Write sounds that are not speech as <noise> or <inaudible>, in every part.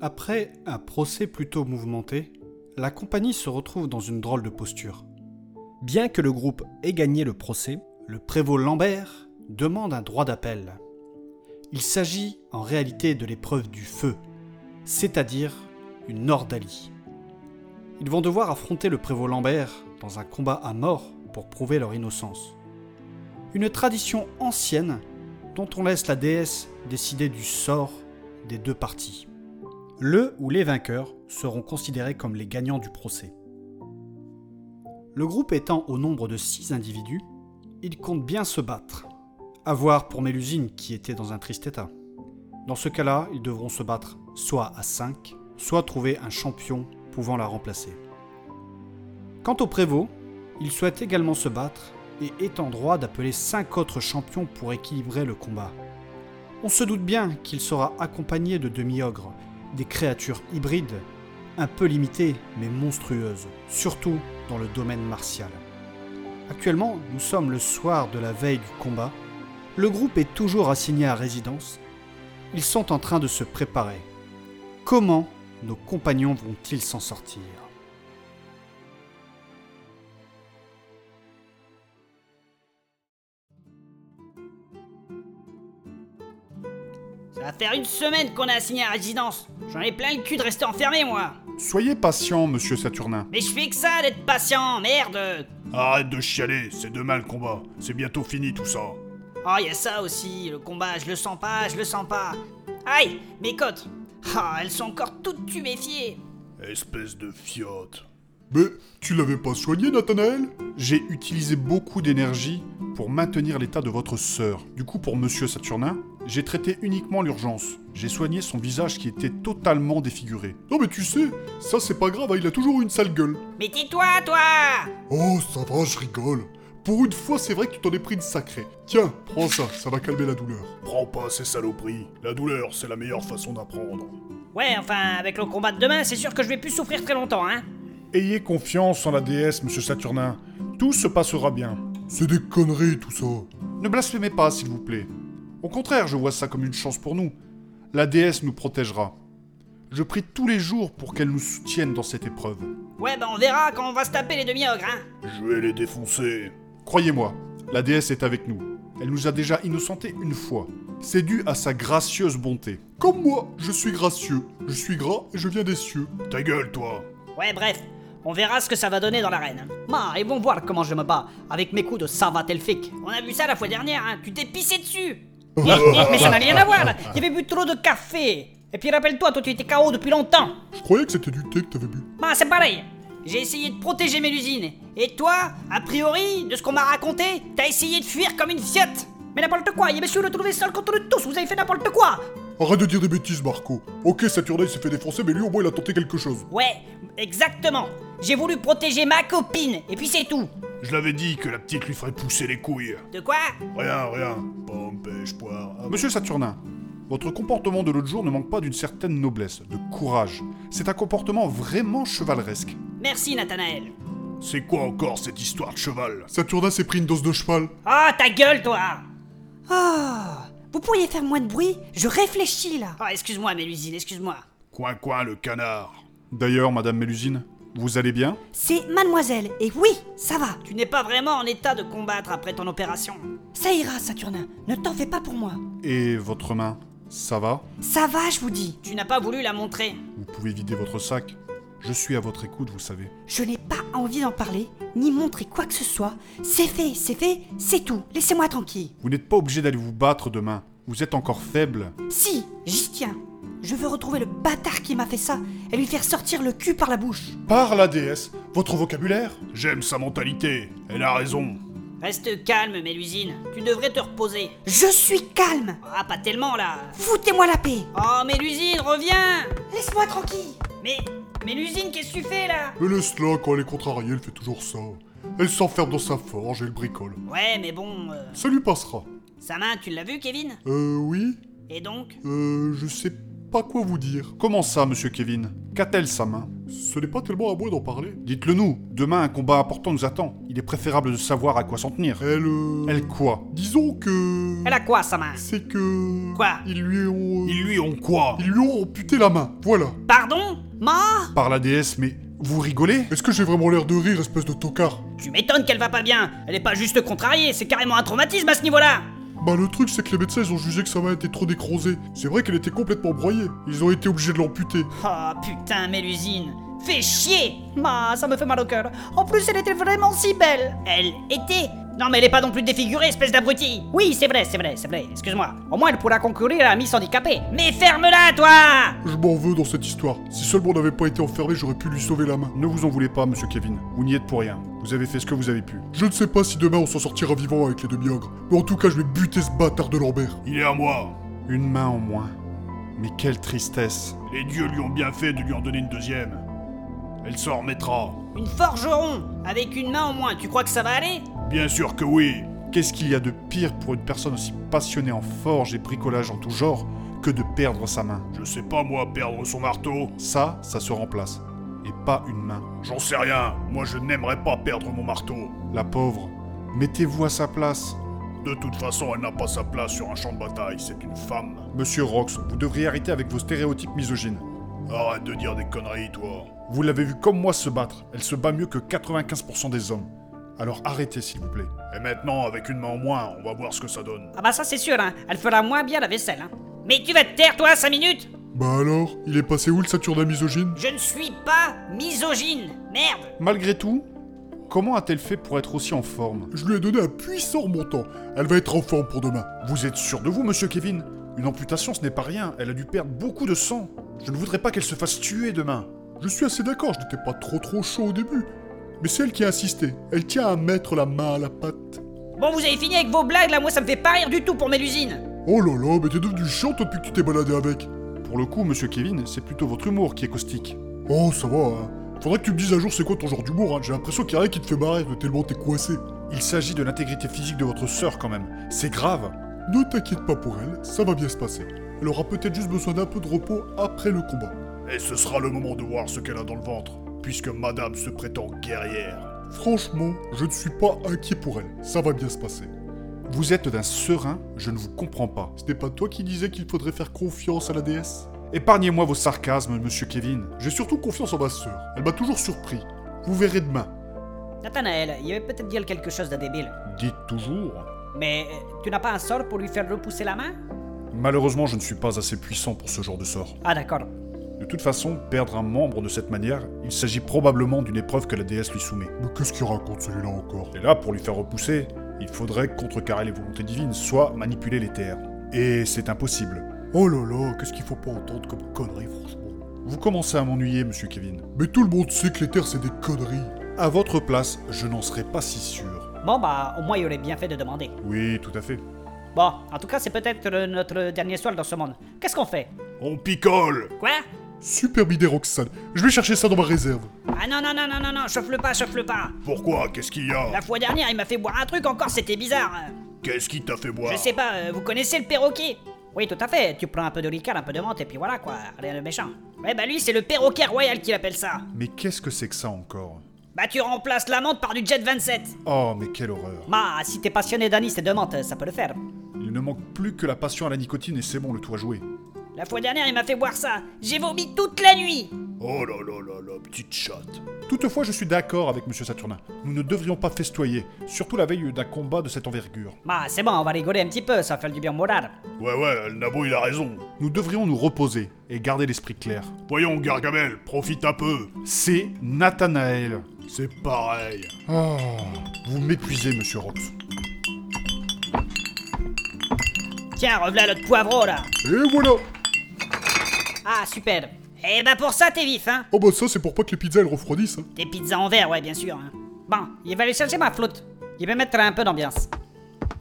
Après un procès plutôt mouvementé, la compagnie se retrouve dans une drôle de posture. Bien que le groupe ait gagné le procès, Le prévôt Lambert demande un droit d'appel. Il s'agit en réalité de l'épreuve du feu, c'est-à-dire une ordalie. Ils vont devoir affronter le prévôt Lambert dans un combat à mort pour prouver leur innocence. Une tradition ancienne dont on laisse la déesse décider du sort des deux parties. Le ou les vainqueurs seront considérés comme les gagnants du procès. Le groupe étant au nombre de 6 individus, il compte bien se battre. À voir pour Mélusine qui était dans un triste état. Dans ce cas-là, ils devront se battre soit à 5, soit trouver un champion pouvant la remplacer. Quant au prévôt, il souhaite également se battre et est en droit d'appeler 5 autres champions pour équilibrer le combat. On se doute bien qu'il sera accompagné de demi-ogres, des créatures hybrides, un peu limitées mais monstrueuses, surtout dans le domaine martial. Actuellement, nous sommes le soir de la veille du combat. Le groupe est toujours assigné à résidence. Ils sont en train de se préparer. Comment nos compagnons vont-ils s'en sortir Ça va faire une semaine qu'on est assigné à résidence. J'en ai plein le cul de rester enfermé, moi. Soyez patient, monsieur Saturnin. Mais je fais que ça d'être patient, merde. Arrête de chialer, c'est demain le combat. C'est bientôt fini tout ça. Oh, y a ça aussi, le combat, je le sens pas, je le sens pas. Aïe, mes côtes. Ah, elles sont encore toutes tuméfiées. Espèce de fiotte. Mais tu l'avais pas soigné, Nathanaël J'ai utilisé beaucoup d'énergie pour maintenir l'état de votre sœur. Du coup, pour monsieur Saturnin, j'ai traité uniquement l'urgence. J'ai soigné son visage qui était totalement défiguré. Non mais tu sais, ça c'est pas grave, hein, il a toujours une sale gueule. Mais tais-toi, toi Oh, ça va, je rigole. Pour une fois, c'est vrai que tu t'en es pris une sacrée. Tiens, prends ça, ça va calmer la douleur. Prends pas ces saloperies. La douleur, c'est la meilleure façon d'apprendre. Ouais, enfin, avec le combat de demain, c'est sûr que je vais plus souffrir très longtemps, hein. Ayez confiance en la déesse, monsieur Saturnin. Tout se passera bien. C'est des conneries, tout ça. Ne blasphémez pas, s'il vous plaît. Au contraire, je vois ça comme une chance pour nous. La déesse nous protégera. Je prie tous les jours pour qu'elle nous soutienne dans cette épreuve. Ouais, bah on verra quand on va se taper les demi-ogres, hein. Je vais les défoncer. Croyez-moi, la déesse est avec nous. Elle nous a déjà innocentés une fois. C'est dû à sa gracieuse bonté. Comme moi, je suis gracieux. Je suis gras et je viens des cieux. Ta gueule, toi Ouais, bref, on verra ce que ça va donner dans l'arène. Ma, ils vont voir comment je me bats avec mes coups de savatelfique. On a vu ça la fois dernière, hein. Tu t'es pissé dessus. mais, mais ça n'a rien à voir. Il y avait bu trop de café. Et puis rappelle-toi, toi tu étais KO depuis longtemps. Je croyais que c'était du thé que t'avais bu. Bah, c'est pareil. J'ai essayé de protéger Mélusine. Et toi, a priori, de ce qu'on m'a raconté, t'as essayé de fuir comme une fiotte. Mais n'importe quoi, il est sûr de trouver seul contre nous tous, vous avez fait n'importe quoi. Arrête de dire des bêtises, Marco. Ok, Saturnin s'est fait défoncer, mais lui au moins il a tenté quelque chose. Ouais, exactement. J'ai voulu protéger ma copine, et puis c'est tout. Je l'avais dit que la petite lui ferait pousser les couilles. De quoi Rien, rien. Pomme, pêche, poire. Ah, Monsieur Saturnin, votre comportement de l'autre jour ne manque pas d'une certaine noblesse, de courage. C'est un comportement vraiment chevaleresque. Merci Nathanaël. C'est quoi encore cette histoire de cheval Saturnin s'est pris une dose de cheval. Ah, ta gueule toi Oh Vous pourriez faire moins de bruit Je réfléchis là. Ah, excuse-moi Mélusine, excuse-moi. Coin, coin, le canard. D'ailleurs, madame Mélusine, vous allez bien C'est mademoiselle. Et oui, ça va. Tu n'es pas vraiment en état de combattre après ton opération. Ça ira, Saturnin. Ne t'en fais pas pour moi. Et votre main, ça va Ça va, je vous dis. Tu n'as pas voulu la montrer. Vous pouvez vider votre sac. Je suis à votre écoute, vous savez. Je n'ai pas envie d'en parler, ni montrer quoi que ce soit. C'est fait, c'est fait, c'est tout. Laissez-moi tranquille. Vous n'êtes pas obligé d'aller vous battre demain. Vous êtes encore faible. Si, j'y tiens. Je veux retrouver le bâtard qui m'a fait ça et lui faire sortir le cul par la bouche. Par la déesse, votre vocabulaire J'aime sa mentalité. Elle a raison. Reste calme Mélusine, tu devrais te reposer. Je suis calme. Ah, pas tellement là. Foutez-moi la paix. Oh Mélusine, reviens Laisse-moi tranquille. Mais... Mélusine, qu'est-ce que tu fais là Mais laisse-la, quand elle est contrariée, elle fait toujours ça. Elle s'enferme dans sa forge et elle bricole. Ouais, mais bon... euh, Ça lui passera. Sa main, tu l'as vu Kevin Euh, oui Et donc Euh, je sais pas quoi vous dire. Comment ça, monsieur Kevin Qu'a-t-elle sa main Ce n'est pas tellement à moi d'en parler. Dites-le nous. Demain, un combat important nous attend. Il est préférable de savoir à quoi s'en tenir. Elle. euh, Elle quoi Disons que. Elle a quoi, sa main C'est que. Quoi Ils lui ont. euh, Ils lui ont quoi Ils lui ont amputé la main, voilà. Pardon Ma Par la déesse, mais vous rigolez Est-ce que j'ai vraiment l'air de rire, espèce de tocard Tu m'étonnes qu'elle va pas bien. Elle est pas juste contrariée, c'est carrément un traumatisme à ce niveau-là. Bah le truc c'est que les médecins ils ont jugé que sa main était trop décrosée. C'est vrai qu'elle était complètement broyée. Ils ont été obligés de l'amputer. Oh putain, Mélusine. Fais chier Ma, ça me fait mal au cœur. En plus, elle était vraiment si belle. Elle était Non mais elle est pas non plus défigurée, espèce d'abruti. Oui, c'est vrai, c'est vrai, c'est vrai. Excuse-moi. Au moins, elle pourra concourir à la Miss Handicapée. Mais ferme-la, toi Je m'en veux dans cette histoire. Si seulement on n'avait pas été enfermé, j'aurais pu lui sauver la main. Ne vous en voulez pas, monsieur Kevin. Vous n'y êtes pour rien. Vous avez fait ce que vous avez pu. Je ne sais pas si demain on s'en sortira vivant avec les demi-ogres, mais en tout cas je vais buter ce bâtard de Lambert. Il est à moi. Une main en moins. Mais quelle tristesse. Les dieux lui ont bien fait de lui en donner une deuxième. Elle s'en remettra. Une forgeron Avec une main au moins, tu crois que ça va aller Bien sûr que oui. Qu'est-ce qu'il y a de pire pour une personne aussi passionnée en forge et bricolage en tout genre que de perdre sa main Je sais pas moi perdre son marteau. Ça, ça se remplace. Et pas une main. J'en sais rien. Moi je n'aimerais pas perdre mon marteau. La pauvre. Mettez-vous à sa place. De toute façon, elle n'a pas sa place sur un champ de bataille, c'est une femme. Monsieur Rox, vous devriez arrêter avec vos stéréotypes misogynes. Arrête de dire des conneries, toi. Vous l'avez vu comme moi se battre. Elle se bat mieux que 95% des hommes. Alors arrêtez, s'il vous plaît. Et maintenant, avec une main en moins, on va voir ce que ça donne. Ah bah ça c'est sûr, hein. Elle fera moins bien la vaisselle, hein. Mais tu vas te taire, toi, 5 minutes Bah alors, il est passé où le Saturnin misogyne Je ne suis pas misogyne Merde Malgré tout, comment a-t-elle fait pour être aussi en forme Je lui ai donné un puissant remontant. Elle va être en forme pour demain. Vous êtes sûr de vous, monsieur Kevin Une amputation, ce n'est pas rien. Elle a dû perdre beaucoup de sang. Je ne voudrais pas qu'elle se fasse tuer demain. Je suis assez d'accord, je n'étais pas trop trop chaud au début. Mais c'est elle qui a insisté. Elle tient à mettre la main à la pâte. Bon, vous avez fini avec vos blagues, là, moi ça me fait pas rire du tout pour Mélusine Oh là là, mais t'es devenu chiant toi, depuis que tu t'es baladé avec. Pour le coup, monsieur Kevin, c'est plutôt votre humour qui est caustique. Oh, ça va, hein. Faudrait que tu me dises un jour c'est quoi ton genre d'humour, hein. J'ai l'impression qu'il y a rien qui te fait marrer, de tellement t'es coincé. Il s'agit de l'intégrité physique de votre sœur quand même. C'est grave. Ne t'inquiète pas pour elle, ça va bien se passer. Elle aura peut-être juste besoin d'un peu de repos après le combat. Et ce sera le moment de voir ce qu'elle a dans le ventre, puisque madame se prétend guerrière. Franchement, je ne suis pas inquiet pour elle, ça va bien se passer. Vous êtes d'un serein, je ne vous comprends pas. C'était pas toi qui disais qu'il faudrait faire confiance à la déesse Épargnez-moi vos sarcasmes, monsieur Kevin. J'ai surtout confiance en ma sœur, elle m'a toujours surpris. Vous verrez demain. Nathanaël, il y avait peut-être dit elle quelque chose de débile. Dites toujours. Mais euh, tu n'as pas un sort pour lui faire repousser la main Malheureusement, je ne suis pas assez puissant pour ce genre de sort. Ah d'accord. De toute façon, perdre un membre de cette manière, il s'agit probablement d'une épreuve que la déesse lui soumet. Mais qu'est-ce qu'il raconte celui-là encore Et là, pour lui faire repousser, il faudrait contrecarrer les volontés divines, soit manipuler les terres. Et c'est impossible. Oh là là, qu'est-ce qu'il faut pas entendre comme conneries, franchement. Vous commencez à m'ennuyer, monsieur Kevin. Mais tout le monde sait que les terres c'est des conneries. À votre place, je n'en serais pas si sûr. Bon bah au moins il aurait bien fait de demander. Oui, tout à fait. Bon, en tout cas c'est peut-être euh, notre dernier soir dans ce monde. Qu'est-ce qu'on fait On picole Quoi Superbe idée, Roxane. Je vais chercher ça dans ma réserve. Ah non non non non non non, chauffe-le pas, chauffe-le pas. Pourquoi Qu'est-ce qu'il y a La fois dernière il m'a fait boire un truc encore, c'était bizarre. euh. Qu'est-ce qui t'a fait boire Je sais pas, euh, vous connaissez le perroquet Oui, tout à fait, tu prends un peu de ricard, un peu de menthe, et puis voilà quoi, rien de méchant. Ouais, bah lui, c'est le perroquet royal qu'il appelle ça. Mais qu'est-ce que c'est que ça encore Bah tu remplaces la menthe par du Jet 27. Oh, mais quelle horreur. Bah, si t'es passionné d'anis et de menthe, ça peut le faire. Il ne manque plus que la passion à la nicotine et c'est bon, le tout à jouer. La fois dernière, il m'a fait boire ça. J'ai vomi toute la nuit. Oh là là là là, petite chatte. Toutefois, je suis d'accord avec monsieur Saturnin. Nous ne devrions pas festoyer, surtout la veille d'un combat de cette envergure. Bah, c'est bon, on va rigoler un petit peu, ça fait du bien au moral. Ouais ouais, le Nabo il a raison. Nous devrions nous reposer et garder l'esprit clair. Voyons Gargamel, profite un peu. C'est Nathanaël. Oh, C'est pareil. Vous m'épuisez, monsieur Rox. Tiens, revelà l'autre poivreau là. Et voilà Ah, super. Eh bah pour ça, t'es vif, hein. Oh bah ça c'est pour pas que les pizzas elles refroidissent. hein. Des pizzas en verre, ouais, bien sûr. hein. Bon, il va aller chercher ma flotte. Il va mettre un peu d'ambiance.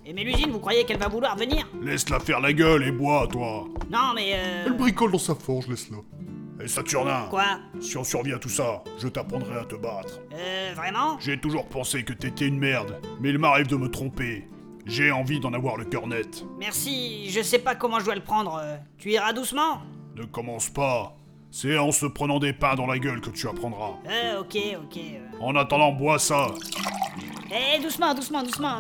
Et Mélusine, vous croyez qu'elle va vouloir venir Laisse-la faire la gueule et bois, toi. Non, mais euh... Elle bricole dans sa forge, laisse-la. Et Saturnin Quoi Si on survit à tout ça, je t'apprendrai à te battre. Euh, vraiment J'ai toujours pensé que t'étais une merde, mais il m'arrive de me tromper. J'ai envie d'en avoir le cœur net. Merci, je sais pas comment je dois le prendre. euh, Tu iras doucement Ne commence pas. C'est en se prenant des pains dans la gueule que tu apprendras. Euh, ok, ok. euh. En attendant, bois ça, Eh, doucement, doucement, doucement.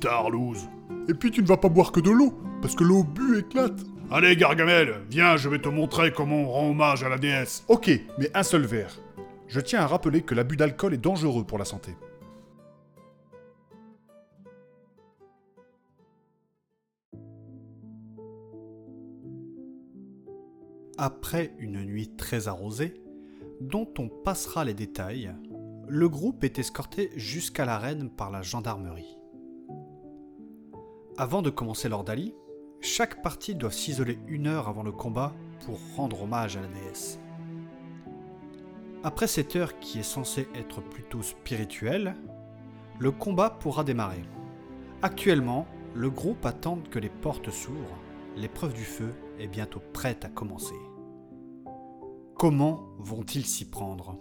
tarlouse. Et puis tu ne vas pas boire que de l'eau, parce que l'eau bu éclate. Allez, Gargamel, viens, je vais te montrer comment on rend hommage à la déesse. Ok, mais un seul verre. Je tiens à rappeler que l'abus d'alcool est dangereux pour la santé. Après une nuit très arrosée, dont on passera les détails, le groupe est escorté jusqu'à l'arène par la gendarmerie. Avant de commencer l'ordalie, chaque partie doit s'isoler une heure avant le combat pour rendre hommage à la déesse. Après cette heure qui est censée être plutôt spirituelle, le combat pourra démarrer. Actuellement, le groupe attend que les portes s'ouvrent. L'épreuve du feu est bientôt prête à commencer. Comment vont-ils s'y prendre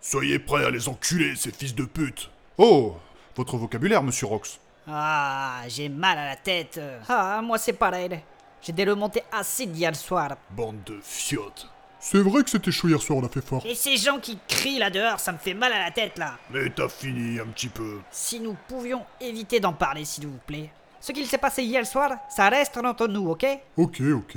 Soyez prêts à les enculer, ces fils de pute. Oh Votre vocabulaire, monsieur Rox. Ah, j'ai mal à la tête. Ah, moi c'est pareil. J'ai des remontées acides hier soir. Bande de fiottes. C'est vrai que c'était chaud hier soir, on a fait fort. Et ces gens qui crient là dehors, ça me fait mal à la tête là. Mais t'as fini un petit peu. Si nous pouvions éviter d'en parler, s'il vous plaît. Ce qu'il s'est passé hier soir, ça reste entre nous, ok Ok, ok.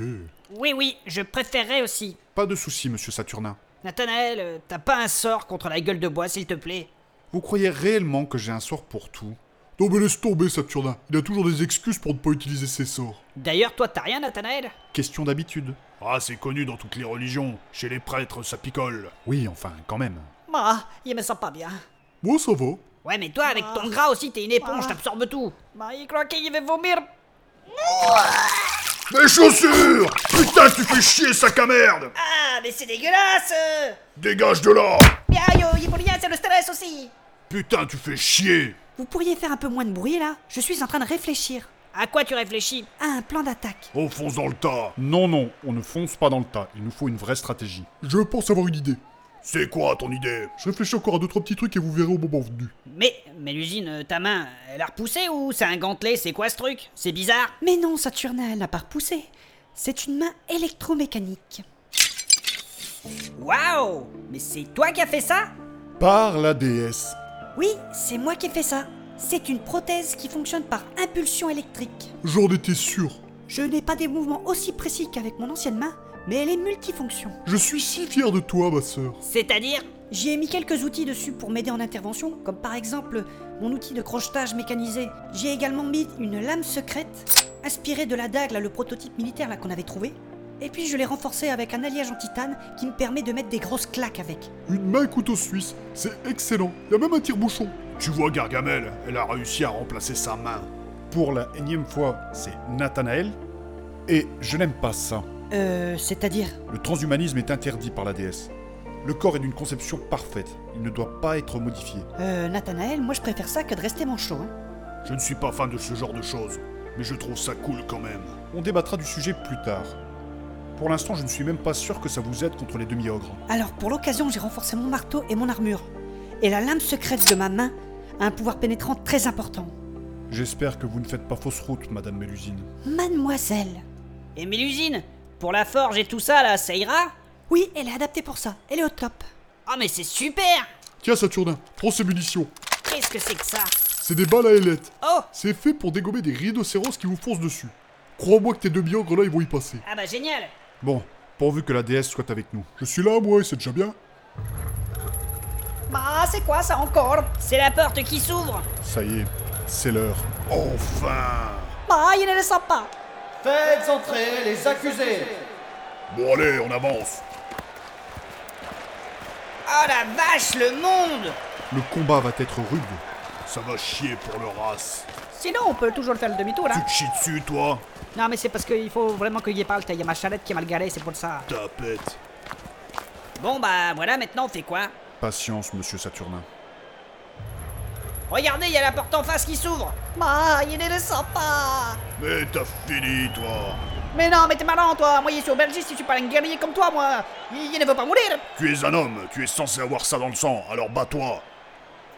Oui, oui, je préférerais aussi. Pas de souci, monsieur Saturnin. Nathanaël, euh, t'as pas un sort contre la gueule de bois, s'il te plaît Vous croyez réellement que j'ai un sort pour tout Non mais laisse tomber, Saturnin. Il a toujours des excuses pour ne pas utiliser ses sorts. D'ailleurs, toi, t'as rien, Nathanaël Question d'habitude. Ah, c'est connu dans toutes les religions. Chez les prêtres, ça picole. Oui, enfin, quand même. Bah, il me sent pas bien. Moi, ça va. Ouais, mais toi, avec ton gras aussi, t'es une éponge, t'absorbes tout. Bah, il croit qu'il va vomir. Mes chaussures Putain, tu fais chier, sac à merde Ah, mais c'est dégueulasse Dégage de là Mais aïe, oh, il est pour rien, c'est le stress aussi Putain, tu fais chier Vous pourriez faire un peu moins de bruit là Je suis en train de réfléchir À quoi tu réfléchis à un plan d'attaque. On fonce dans le tas Non, non, on ne fonce pas dans le tas. Il nous faut une vraie stratégie. Je pense avoir une idée. C'est quoi ton idée Je réfléchis encore à deux trois petits trucs et vous verrez au moment venu. Mais, mais l'usine, euh, ta main, elle a repoussé ou c'est un gantelet C'est quoi ce truc C'est bizarre Mais non, Saturna, elle n'a pas repoussé. C'est une main électromécanique. Waouh Mais c'est toi qui as fait ça Par la déesse. Oui, c'est moi qui ai fait ça. C'est une prothèse qui fonctionne par impulsion électrique. J'en étais sûr. Je n'ai pas des mouvements aussi précis qu'avec mon ancienne main, mais elle est multifonction. Je suis si fier de toi, ma sœur. C'est-à-dire J'y ai mis quelques outils dessus pour m'aider en intervention, comme par exemple mon outil de crochetage mécanisé. J'y ai également mis une lame secrète, inspirée de la dague, là, le prototype militaire là, qu'on avait trouvé. Et puis je l'ai renforcée avec un alliage en titane qui me permet de mettre des grosses claques avec. Une main couteau suisse, c'est excellent. Y a même un tire-bouchon. Tu vois Gargamel, elle a réussi à remplacer sa main. Pour la énième fois, c'est Nathanaël. Et je n'aime pas ça. Euh, c'est-à-dire Le transhumanisme est interdit par la déesse. Le corps est d'une conception parfaite. Il ne doit pas être modifié. Euh, Nathanaël, moi je préfère ça que de rester manchot. Hein. Je ne suis pas fan de ce genre de choses, mais je trouve ça cool quand même. On débattra du sujet plus tard. Pour l'instant, je ne suis même pas sûr que ça vous aide contre les demi-ogres. Alors pour l'occasion, j'ai renforcé mon marteau et mon armure. Et la lame secrète de ma main a un pouvoir pénétrant très important. J'espère que vous ne faites pas fausse route, Madame Mélusine. Mademoiselle. Et Eh, mais l'usine Pour la forge et tout ça là, ça ira Oui, elle est adaptée pour ça. Elle est au top. Ah mais c'est super Tiens, Saturnin, prends ces munitions. Qu'est-ce que c'est que ça C'est des balles à ailettes. Oh C'est fait pour dégommer des rhinocéros qui vous foncent dessus. Crois-moi que tes demi-ogres là, ils vont y passer. Ah bah génial Bon, pourvu que la déesse soit avec nous. Je suis là, moi, et c'est déjà bien. Bah c'est quoi ça encore C'est la porte qui s'ouvre Ça y est, c'est l'heure. Enfin Bah il ne le sent pas Faites entrer les accusés Bon, allez, on avance. Oh la vache, le monde Le combat va être rude. Ça va chier pour leur race. Sinon on peut toujours faire le demi-tour là Tu te chies dessus, toi Non mais c'est parce qu'il faut vraiment qu'il y ait pas le temps, il y a ma charrette qui est mal garée, c'est pour ça. Tapette. Bon bah voilà, maintenant on fait quoi Patience, monsieur Saturnin. Regardez, il y a la porte en face qui s'ouvre Bah il ne le sent pas Mais t'as fini, toi Mais non, mais t'es malin toi Moi je suis belge si je suis pas un guerrier comme toi moi Il il ne veut pas mourir Tu es un homme, tu es censé avoir ça dans le sang, alors bats-toi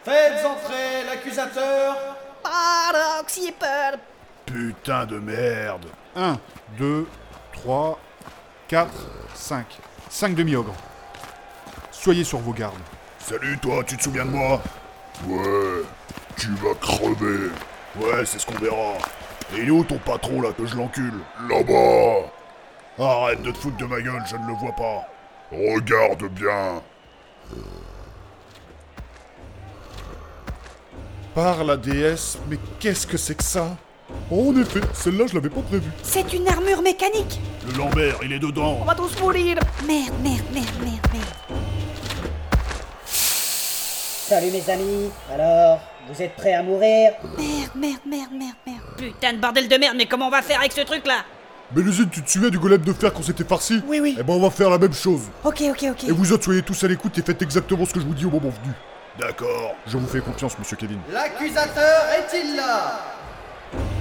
Faites entrer l'accusateur Ah, j'ai peur. Putain de merde 1, 2, 3, 4, 5. 5 demi-ogres. Soyez sur vos gardes. Salut toi, tu te souviens de moi Ouais, tu vas crever. Ouais, c'est ce qu'on verra. Et il est où ton patron là que je l'encule Là-bas Arrête de te foutre de ma gueule, je ne le vois pas. Regarde bien. Par la déesse, mais qu'est-ce que c'est que ça En effet, celle-là je l'avais pas prévue. C'est une armure mécanique. Le Lambert, il est dedans. On va tous mourir Merde, merde, merde, merde, merde. Salut mes amis, alors, vous êtes prêts à mourir Merde, merde, merde, merde, merde. Putain de bordel de merde, mais comment on va faire avec ce truc là Mélusine, tu te souviens du golem de fer qu'on s'était farci Oui, oui. Eh ben on va faire la même chose. Ok, ok, ok. Et vous autres, soyez tous à l'écoute et faites exactement ce que je vous dis au moment venu. D'accord. Je vous fais confiance, monsieur Kevin. L'accusateur est-il là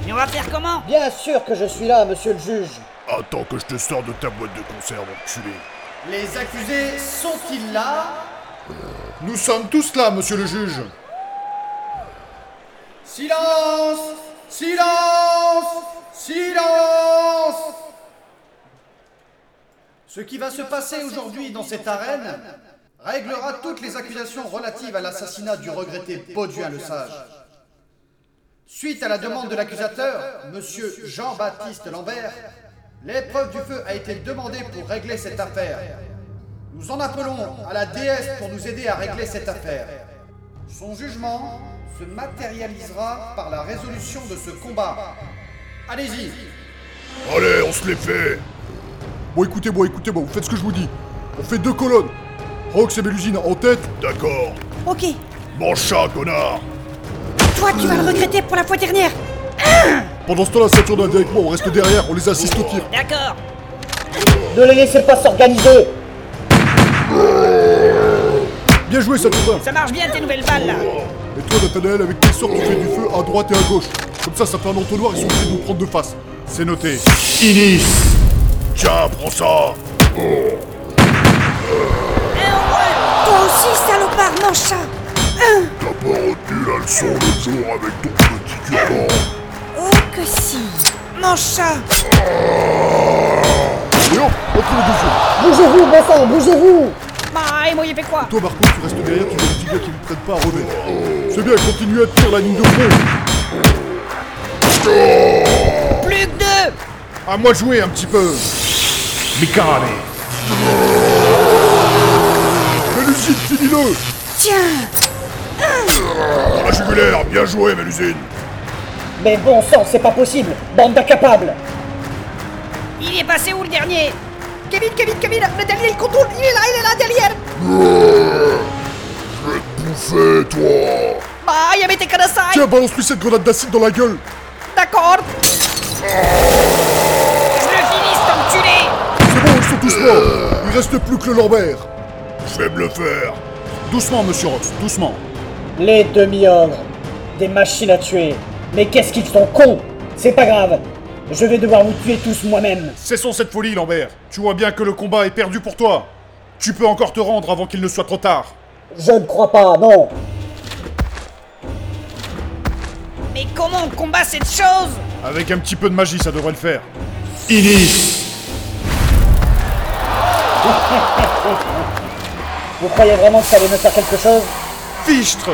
Mais on va faire comment Bien sûr que je suis là, monsieur le juge. Attends que je te sors de ta boîte de conserve, enculé. Les accusés sont-ils là Nous sommes tous là, monsieur le juge. Silence Silence Silence Ce qui va se passer aujourd'hui dans cette arène réglera toutes les accusations relatives à l'assassinat du regretté Bauduin le Sage. Suite à la demande de l'accusateur, monsieur Jean-Baptiste Lambert, l'épreuve du feu a été demandée pour régler cette affaire. Nous en appelons à la déesse pour nous aider à régler cette affaire. Son jugement se matérialisera par la résolution de ce combat. Allez-y Allez, on se les fait Bon, écoutez, bon, écoutez, bon, vous faites ce que je vous dis. On fait deux colonnes. Rox et Mélusine en tête. D'accord. Ok. Mon chat, connard Toi, tu vas le regretter pour la fois dernière. Pendant ce temps-là, Saturne avec moi, on reste derrière, on les assiste au tir. D'accord Ne les laissez pas s'organiser Bien joué, Saturne Ça marche bien tes nouvelles balles là Et toi, Nathanaël, avec tes sorts, tu fais du feu à droite et à gauche. Comme ça, ça fait un entonnoir, ils sont obligés de nous prendre de face. C'est noté. Inis Tiens, prends ça Toi aussi, salopard, mon chat. Hein? T'as pas retenu la leçon l'autre jour avec ton petit curban Oh que si. Mon chat. Et hop, entre les deux feux Bougez-vous, bon sang, bougez-vous Bah, et moi il fait quoi Toi, Marco, tu restes derrière, tu vois le petit gars qui ne prête pas à revêt. C'est bien, continue à tirer la ligne de front Plus que deux À moi de jouer un petit peu Oh. Mikarame Mélusine, finis-le Ah, Tiens. Dans la jugulaire, bien joué, Mélusine Mais bon sang, c'est pas possible Bande d'incapables Il est passé où le dernier Kevin, Kevin, Kevin, le dernier, il contourne. Il est là, il est là, derrière. Bouffez, toi Bah, il y avait tes connaissances Tiens, balance-lui cette grenade d'acide dans la gueule D'accord Je le finis, cet enculé C'est bon, ils sont tous morts Il reste plus que le Lambert Je vais me le faire Doucement, monsieur Rox, doucement. Les demi-ogres Des machines à tuer Mais qu'est-ce qu'ils sont cons C'est pas grave Je vais devoir vous tuer tous moi-même Cessons cette folie, Lambert. Tu vois bien que le combat est perdu pour toi. Tu peux encore te rendre avant qu'il ne soit trop tard. Je ne crois pas, non Mais comment on combat cette chose Avec un petit peu de magie, ça devrait le faire. Vous croyez vraiment que ça allait me faire quelque chose Fichtre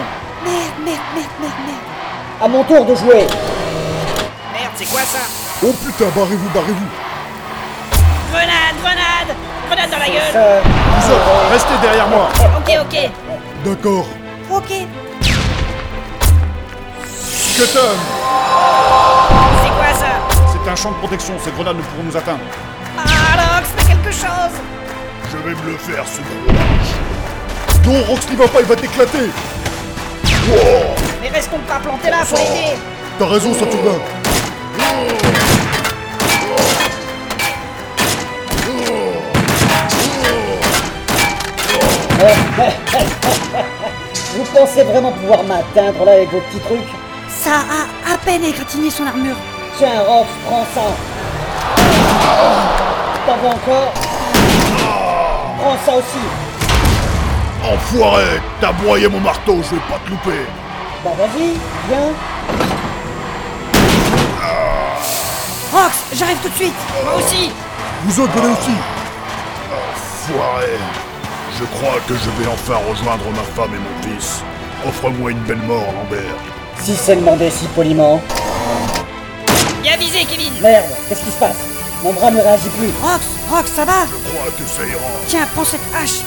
Merde, merde, merde, merde, merde. À mon tour de jouer Merde, c'est quoi ça Oh putain, barrez-vous, barrez-vous Grenade, grenade Grenade dans la gueule Euh, Vous autres, restez derrière moi. Ok, ok D'accord Ok. Scutum C'est quoi ça C'est un champ de protection, ces grenades ne pourront nous atteindre. Ah, Rox, fais quelque chose Je vais me le faire, ce gros lâche. Non, Rox n'y va pas, il va t'éclater Mais restons pas plantés là, faut l'aider T'as raison, Saturnin Vous pensez vraiment pouvoir m'atteindre là avec vos petits trucs Ça a à peine égratigné son armure. Tiens, Rox, prends ça. T'en veux encore Prends ça aussi. Enfoiré T'as broyé mon marteau, je vais pas te louper Bah vas-y, viens Rox, j'arrive tout de suite Moi aussi Vous autres, venez aussi Enfoiré Je crois que je vais enfin rejoindre ma femme et mon fils. Offre-moi une belle mort, Lambert. Si c'est demandé si poliment. Bien visé, Kevin Merde, qu'est-ce qui se passe Mon bras ne réagit plus. Rox, Rox, ça va Je crois que ça ira. Tiens, prends cette hache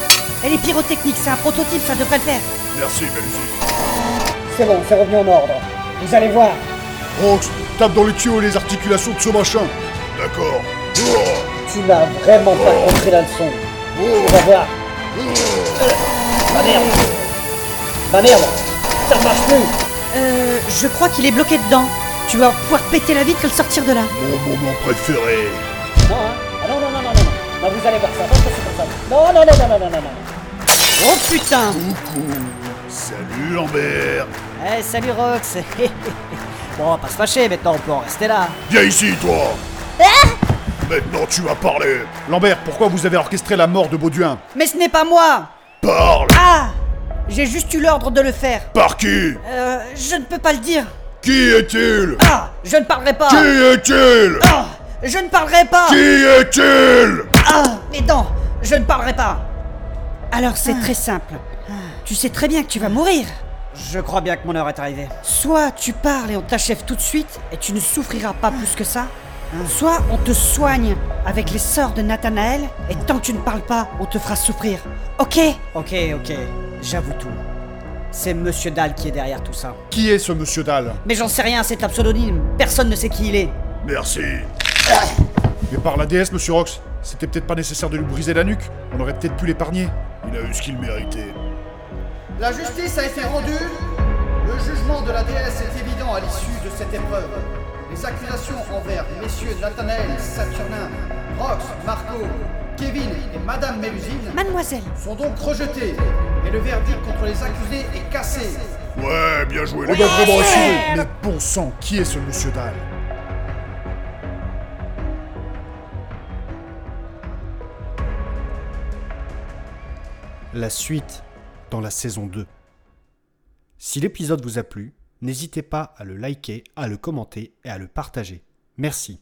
Elle est pyrotechnique, c'est un prototype, ça devrait le faire Merci, Belgique. C'est bon, c'est revenu en ordre. Vous allez voir. Rox, tape dans les tuyaux et les articulations de ce machin. D'accord. Oh, Tu n'as vraiment pas compris la leçon. On va voir. Euh, Ma merde Ma merde Ça ne marche plus Euh, je crois qu'il est bloqué dedans. Tu vas pouvoir péter la vitre et le sortir de là. Mon moment préféré. Non, hein Ah non, non, non, non, non, non. Bah, Non, vous allez voir, ça va pas se passer comme ça. Non, non, non, non, non, non, non, non. Oh putain Coucou. Salut, Lambert. Eh, salut Rox <laughs> Bon, on va pas se fâcher, maintenant on peut en rester là. hein. Viens ici, toi. Maintenant, tu vas parler. Lambert, pourquoi vous avez orchestré la mort de Bauduin Mais ce n'est pas moi Parle. Ah J'ai juste eu l'ordre de le faire. Par qui Euh, je ne peux pas le dire. Qui est-il Ah Je ne parlerai pas Qui est-il Ah Je ne parlerai pas Qui est-il Ah Mes dents Je ne parlerai pas Alors c'est très simple. Tu sais très bien que tu vas mourir. Je crois bien que mon heure est arrivée. Soit tu parles et on t'achève tout de suite et tu ne souffriras pas plus que ça. hein. Soit on te soigne avec les sorts de Nathanaël et tant que tu ne parles pas, on te fera souffrir. Ok Ok, ok, j'avoue tout. C'est Monsieur Dahl qui est derrière tout ça. Qui est ce monsieur Dahl Mais j'en sais rien, c'est un pseudonyme. Personne ne sait qui il est. Merci. Mais par la déesse, monsieur Rox C'était peut-être pas nécessaire de lui briser la nuque On aurait peut-être pu l'épargner Il a eu ce qu'il méritait. La justice a été rendue. Le jugement de la déesse est évident à l'issue de cette épreuve. Les accusations envers messieurs Nathanaël, Saturnin, Rox, Marco, Kevin et Madame Mélusine Mademoiselle, sont donc rejetées et le verdict contre les accusés est cassé. Ouais, bien joué, les On doit gars. vraiment assumer. Mais bon sang, qui est ce monsieur Dahl La suite dans la saison 2. Si l'épisode vous a plu, n'hésitez pas à le liker, à le commenter et à le partager. Merci.